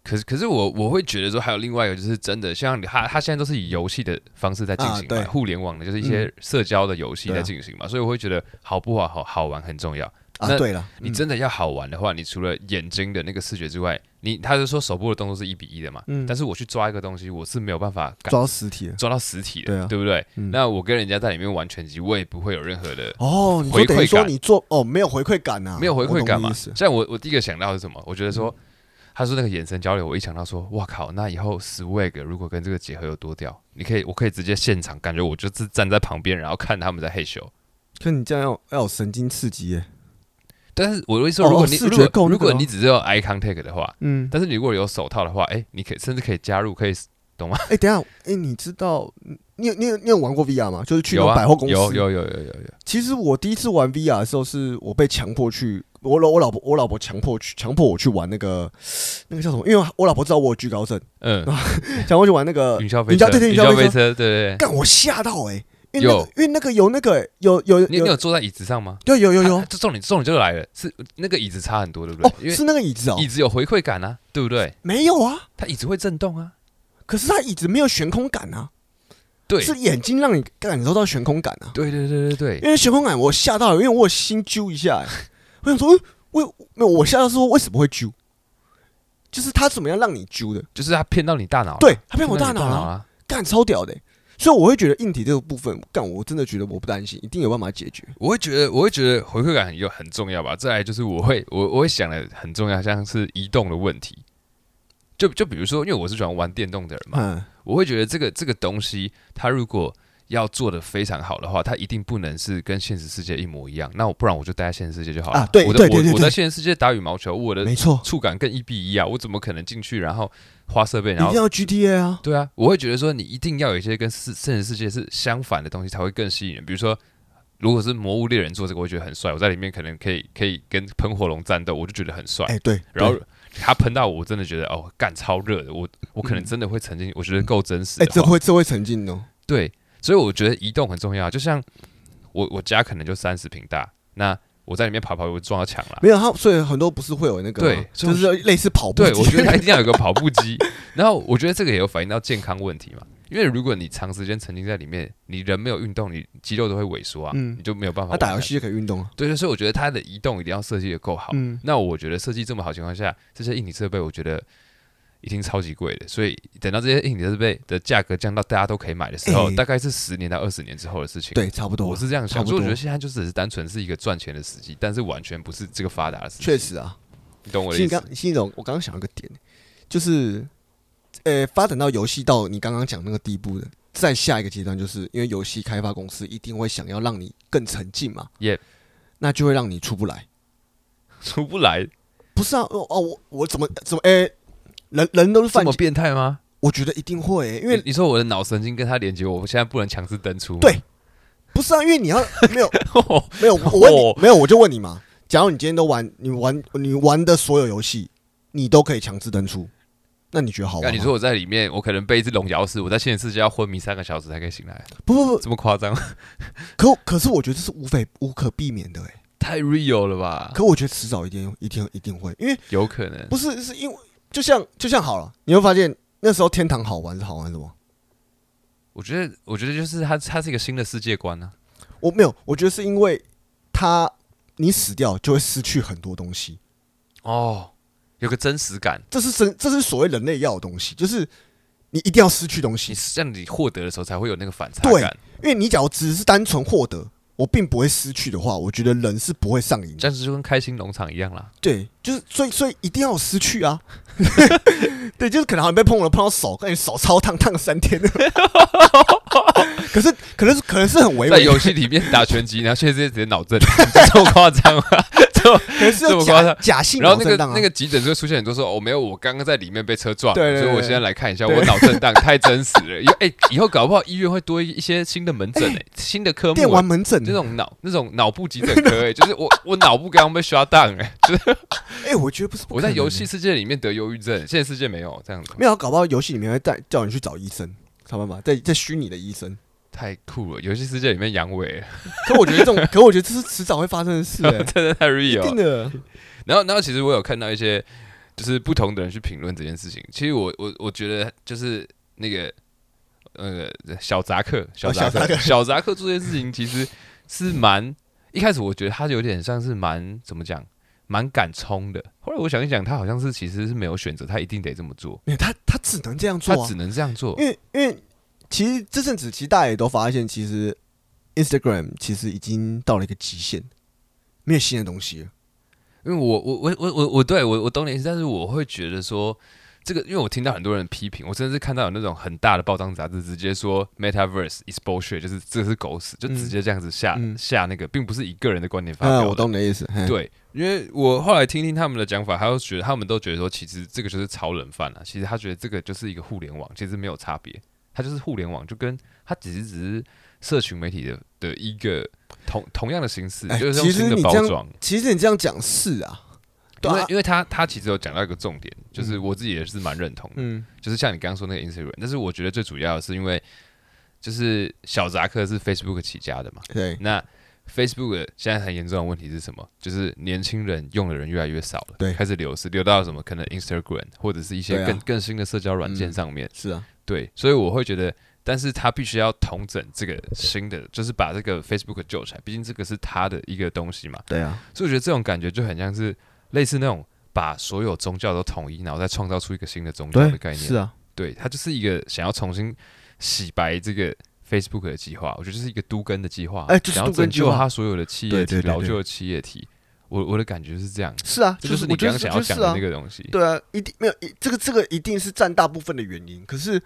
可是，可是我我会觉得说，还有另外一个就是真的，像你他他现在都是以游戏的方式在进行啊嘛，对嗯互联网的就是一些社交的游戏对啊在进行嘛，所以我会觉得好不好好好玩很重要。啊，那对了，你真的要好玩的话，你除了眼睛的那个视觉之外，你他就说手部的动作是一比一的嘛，嗯但是我去抓一个东西，我是没有办法感抓到实体了抓到实体的，对啊不对？嗯那我跟人家在里面玩拳击，我也不会有任何的。哦，你说回等于馈说感你做哦没有回馈感呐、没有回我馈懂感你嘛意？思像啊我，我第一个想到的是什么？我觉得说，嗯他说那个眼神交流，我一想到说，哇靠，那以后 swag 如果跟这个结合有多屌，你可以，我可以直接现场感觉我就是站在旁边，然后看他们在嘿咻。可你这样要要有神经刺激耶。但是我的意思说，哦如果你、哦视觉如果够那个如果哦你只是有 eye contact 的话，嗯，但是你如果有手套的话，哎、你可以甚至可以加入，可以哎、等一下，哎、你知道嗯你有你有你有玩过 VR 吗？就是去那有种啊，百货公司、有有有有有有，其实我第一次玩 VR 的时候，是我被强迫去，我老我老婆我老婆强迫去强迫我去玩那个那个叫什么？因为我老婆知道我有惧高症，嗯，强迫去玩那个云霄飞云霄车，对对云云霄霄飞飞车车，对对对，干我吓到哎、因为那有个因为那个有那个、欸、有有你你有有坐在椅子上吗？对有有有啊这重点重点就来了，是那个椅子差很多，对不对？哦，因为是那个椅子哦椅，子有回馈感啊，对不对？没有啊，它椅子会震动啊。可是它椅子没有悬空感啊，对，是眼睛让你感受到悬空感啊。对对对对对，因为悬空感我吓到了，因为我有心揪一 下、欸，我想说，为没有我吓到是说为什么会揪，就是他怎么样让你揪的，就是它骗到你大脑了，啊对他哦骗骗到我你大脑脑了，啊。干超屌的欸、所以我会觉得硬体这个部分，干我真的觉得我不担心，一定有办法解决。我会觉得，我会觉得回馈感很有很重要吧。再来就是我会我我会想的很重要，像是移动的问题。就就比如说，因为我是喜欢玩电动的人嘛，嗯，我会觉得这个这个东西，它如果要做的非常好的话，它一定不能是跟现实世界一模一样。那我不然我就待在现实世界就好了。啊对我的对对我对我对在现实世界打羽毛球，我的没错，触感跟一比一啊，我怎么可能进去然后花设备，一然后定要 GTA 啊，对啊，我会觉得说你一定要有一些跟世现实世界是相反的东西才会更吸引人。比如说，如果是《魔物猎人》做这个，我会觉得很帅，我在里面可能可以可以跟喷火龙战斗，我就觉得很帅。哎、对，然后对他喷到我，我真的觉得哦，干超热的，我我可能真的会沉浸，我觉得够真嗯实哎、的这话。会这会沉浸哦，对，所以我觉得移动很重要。就像我我家可能就三十平大，那我在里面跑跑，我撞到墙了。没有他，所以很多不是会有那个吗啊对所以就我是类似跑步对，机，我觉得它一定要有个跑步机。 然后我觉得这个也有反映到健康问题嘛，因为如果你长时间沉浸在里面，你人没有运动，你肌肉都会萎缩啊，嗯你就没有办法他打玩游下去。戏就可以运动啊，对，所以我觉得它的移动一定要设计的够好。嗯，那我觉得设计这么好情况下，这些硬体设备我觉得一定超级贵的，所以等到这些硬体设备的价格降到大家都可以买的时候，哎大概是十年到二十年之后的事情。。对，差不多，我是这样差想，不所以我多觉得现在就只是单纯是一个赚钱的时机，但是完全不是这个发达的时机。确实啊。你懂我的其实意你思刚？，其实你懂我刚刚想到一个点，就是，呃，发展到游戏到你刚刚讲那个地步的，再下一个阶段，就是因为游戏开发公司一定会想要让你更沉浸嘛 Yep 那就会让你出不来。出 不来，不是啊，哦哦，我我怎么怎么，哎、人人都是这犯么贱，变态吗？我觉得一定会、欸因为你你说我的脑神经跟它连接，我现在不能强制登出吗。 对不是啊，因为你要没有没有，我问哦你，没有我就问你嘛，假如你今天都玩，你玩你玩的所有游戏，你都可以强制登出，那你觉得好啊玩那吗？你说我在里面，我可能被一只龙咬死，我在现实世界要昏迷三个小时才可以醒来，不不不，这么夸张？ 可可是我觉得这是无非无可避免的哎、太 real 了吧？可我觉得迟早一定一定一定会，因为有可能不是是因为就像就像好了，你会发现那时候天堂好玩是好玩什么？我觉得，我觉得就是它，它是一个新的世界观啊呢、我没有，我觉得是因为他你死掉就会失去很多东西，哦，有个真实感，这是真这是所谓人类要的东西，就是你一定要失去东西你，是让你获得的时候才会有那个反差对感，因为你假如只是单纯获得，我并不会失去的话，我觉得人是不会上瘾的。这样子就跟开心农场一样啦。对，就是所以所以一定要有失去啊。 对，就是可能好像被碰了，碰到手，感觉手超烫，烫了三天。 可是可能是可能是很委在婉，游戏里面打拳击，然后现在直接直接脑震， 这么夸张 吗？这么可能是这有么假夸张假性然脑后那震个荡啊。那个急诊就会出现很多说哦没有，我刚刚在里面被车撞，对对所以我对现在来看一下，对我脑震荡太真实了。以后哎，以后搞不好医院会多一些新的门诊哎，新的科目电哎玩。门诊就那，种脑那种脑部急诊科哎，就是我我脑部刚刚被 shut down 哎，就是哎，我觉得不是不我可能在的，游戏世界里面得忧郁症，现实世界没有这样子，没有，啊搞不好游戏里面会带叫你去找医生，想办法在在虚拟的医 生。太酷了。游戏世界里面阳痿 哎，可我觉得这种，可我觉得这是迟早会发生的事、哎真 的太一 real 了定。的。然后，然后其实我有看到一些就是不同的人去评论这件事情。其实我我我觉得就是那个呃小扎克小扎小扎克克小扎克做这件事情，其实是蛮一开始我觉得他有点像是蛮怎么讲蛮敢冲的。后来我想一想，他好像是其实是没有选择，他一定得这么做，没有，他他只能这样做、他啊，只能这样做。因为因为其实这阵子其实大家也都发现，其实 Instagram 其实已经到了一个极限，没有新的东西了。因为我我我我我我对我我懂你的意思，但是我会觉得说，这个因为我听到很多人批评，我真的是看到有那种很大的报章杂志直接说 Metaverse is bullshit，就是这是狗屎，就直接这样子下、嗯下那个，并不是一个人的观点发啊，我表的。懂你的意思。嘿，对，因为我后来听听他们的讲法，他又觉得他们都觉得说，其实这个就是炒冷饭啊，其实他觉得这个就是一个互联网，其实没有差别，它就是互联网，就跟它只是只是社群媒体的的一个同同样的形式，哎就是用其实新的你包这样装。其实你这样讲是啊，对因为啊，因为他他其实有讲到一个重点，就是我自己也是蛮认同的，嗯，就是像你刚刚说那个 Instagram，但是我觉得最主要的是因为就是小扎克是 Facebook 起家的嘛，对，那 Facebook 现在很严重的问题是什么？就是年轻人用的人越来越少了，对开始流失，流到什么可能 Instagram 或者是一些对啊更、更新的社交软件上面，是啊，对，所以我会觉得。但是他必须要统整这个新的，就是把这个 Facebook 救起来，毕竟这个是他的一个东西嘛。对啊，所以我觉得这种感觉就很像是类似那种把所有宗教都统一，然后再创造出一个新的宗教的概念。是啊，对，它就是一个想要重新洗白这个 Facebook 的计划，我觉得这是一个都根的计划，哎就是想要都根拯计救划它所有的企对业体、对对老旧的企业体。我我的感觉是这样，是啊，这就是你我觉得刚刚这想就要是讲的啊那个东西。对啊，一定没有，一这个这个一定是占大部分的原因。可是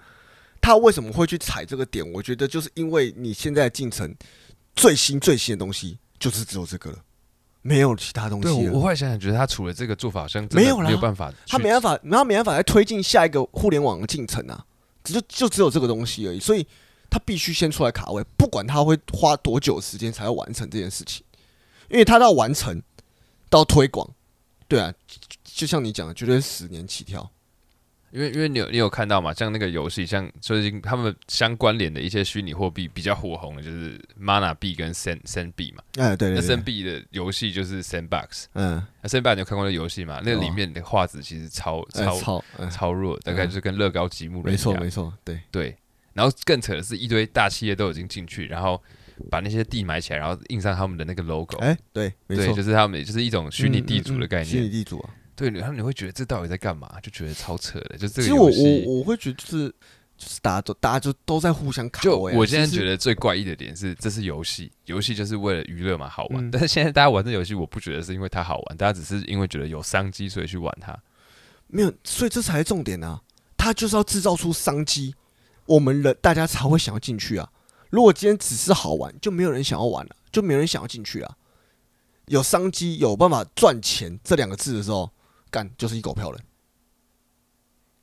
他为什么会去踩这个点？我觉得就是因为你现在的进程最新最新的东西就是只有这个了，没有其他东对，西我了。我后来想想，觉得他除了这个做法，好像真啊的没有啦啊没有办法去，他没办法，他没办法再推进下一个互联网的进程啊，就就只有这个东西而已。所以他必须先出来卡位，不管他会花多久时间才会完成这件事情，因为他到完成到推广，对啊，就就像你讲的，绝对是十年起跳。因为因为你有你有看到嘛，像那个游戏，像最近他们相关联的一些虚拟货币比较火红的，就是 Mana 币跟 Sen Sen 币嘛。哎，对那对对，Sen 币的游戏就是 Sandbox，嗯。那 Sandbox 你有看过那游戏吗？那有啊里面的画质其实超哎超超，哎超弱，大概就是跟乐高积木人没错一样没错，对，对。然后更扯的是一堆大企业都已经进去，然后把那些地买起来，然后印上他们的那个 logo，哎对，没对，错就，是他们就是一种虚拟嗯地嗯主的嗯概虚拟念。地主啊。对，然后你会觉得这到底在干嘛？就觉得超扯的，就这其实个我游戏。我我会觉得就是就是大家都大家就都在互相卡就位啊我现在其实觉得最怪异的点是，这是游戏，游戏就是为了娱乐嘛，好玩。嗯但是现在大家玩这游戏，我不觉得是因为它好玩，大家只是因为觉得有商机，所以去玩它。没有，所以这才是重点啊！他就是要制造出商机，我们人大家才会想要进去啊。如果今天只是好玩，就没有人想要玩了、就没有人想要进去啊。有商机，有办法赚钱这两个字的时候，干就是一狗票了。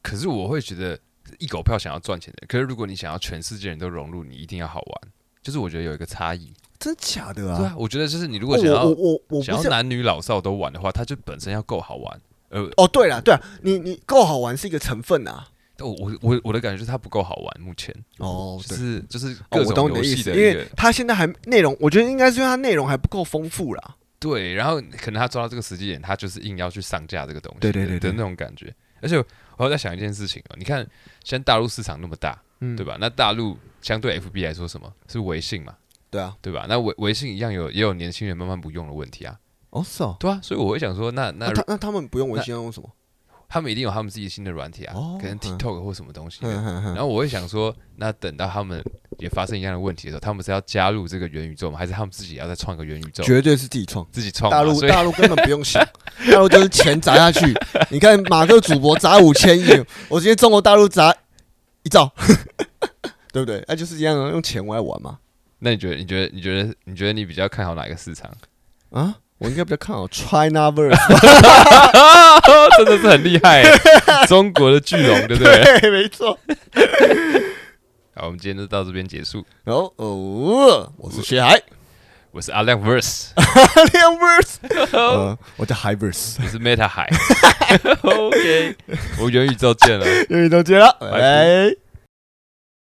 可是我会觉得一狗票想要赚钱的，可是如果你想要全世界人都融入，你一定要好玩。就是我觉得有一个差异，真假的对啊哦啊？，我觉得就是你如我果想要我我我不想要是男女老少都玩的话，它就本身要够好玩，而呃，哦，对了，对啊，你你够好玩是一个成分啊。我我我我的感觉是它不够好玩，目前哦就对，是就是哦各我懂种你的游意戏思，的因一为个它现在还内容，我觉得应该是因为它内容还不够丰富啦。对，然后可能他抓到这个时机点，他就是硬要去上架这个东西的，对对对对的那种感觉。而且我在想一件事情哦，你看现在大陆市场那么大，嗯，对吧？那大陆相对 FB 来说，什么是微信嘛，对啊，对吧？那微微信一样有也有年轻人慢慢不用的问题啊，哦是哦，啊对啊，所以我会想说，那那那他那他们不用微那信要用什么？他们一定有他们自己新的软体啊，哦可能嗯 TikTok 或什么东西的。嗯嗯然嗯，后我会想说，那等到他们也发生一样的问题的时候，他们是要加入这个元宇宙吗？还是他们自己也要再创一个元宇宙，绝对是自己创。自己创嘛？大陆所以大陆根本不用 想，大陆就是钱砸下去。你看马克主播砸五千亿，我今天中国大陆砸一兆， 对不对？那、就是一样啊，用钱来玩嘛。那你觉得？你觉得？你觉得？你觉得你比较看好哪个市 场？啊，我应该比较看好 China Verse，哦真的是很厉 害耶，中国的巨龙，哦对不对？对，没错。好，我们今天就到这边结束。然后哦，我是薛海， 我是阿亮 verse，亮 Verse，呃， 我叫 Hi Verse，我 是 Meta 海。OK，我们元宇宙见了。英语都结了，哎拜拜。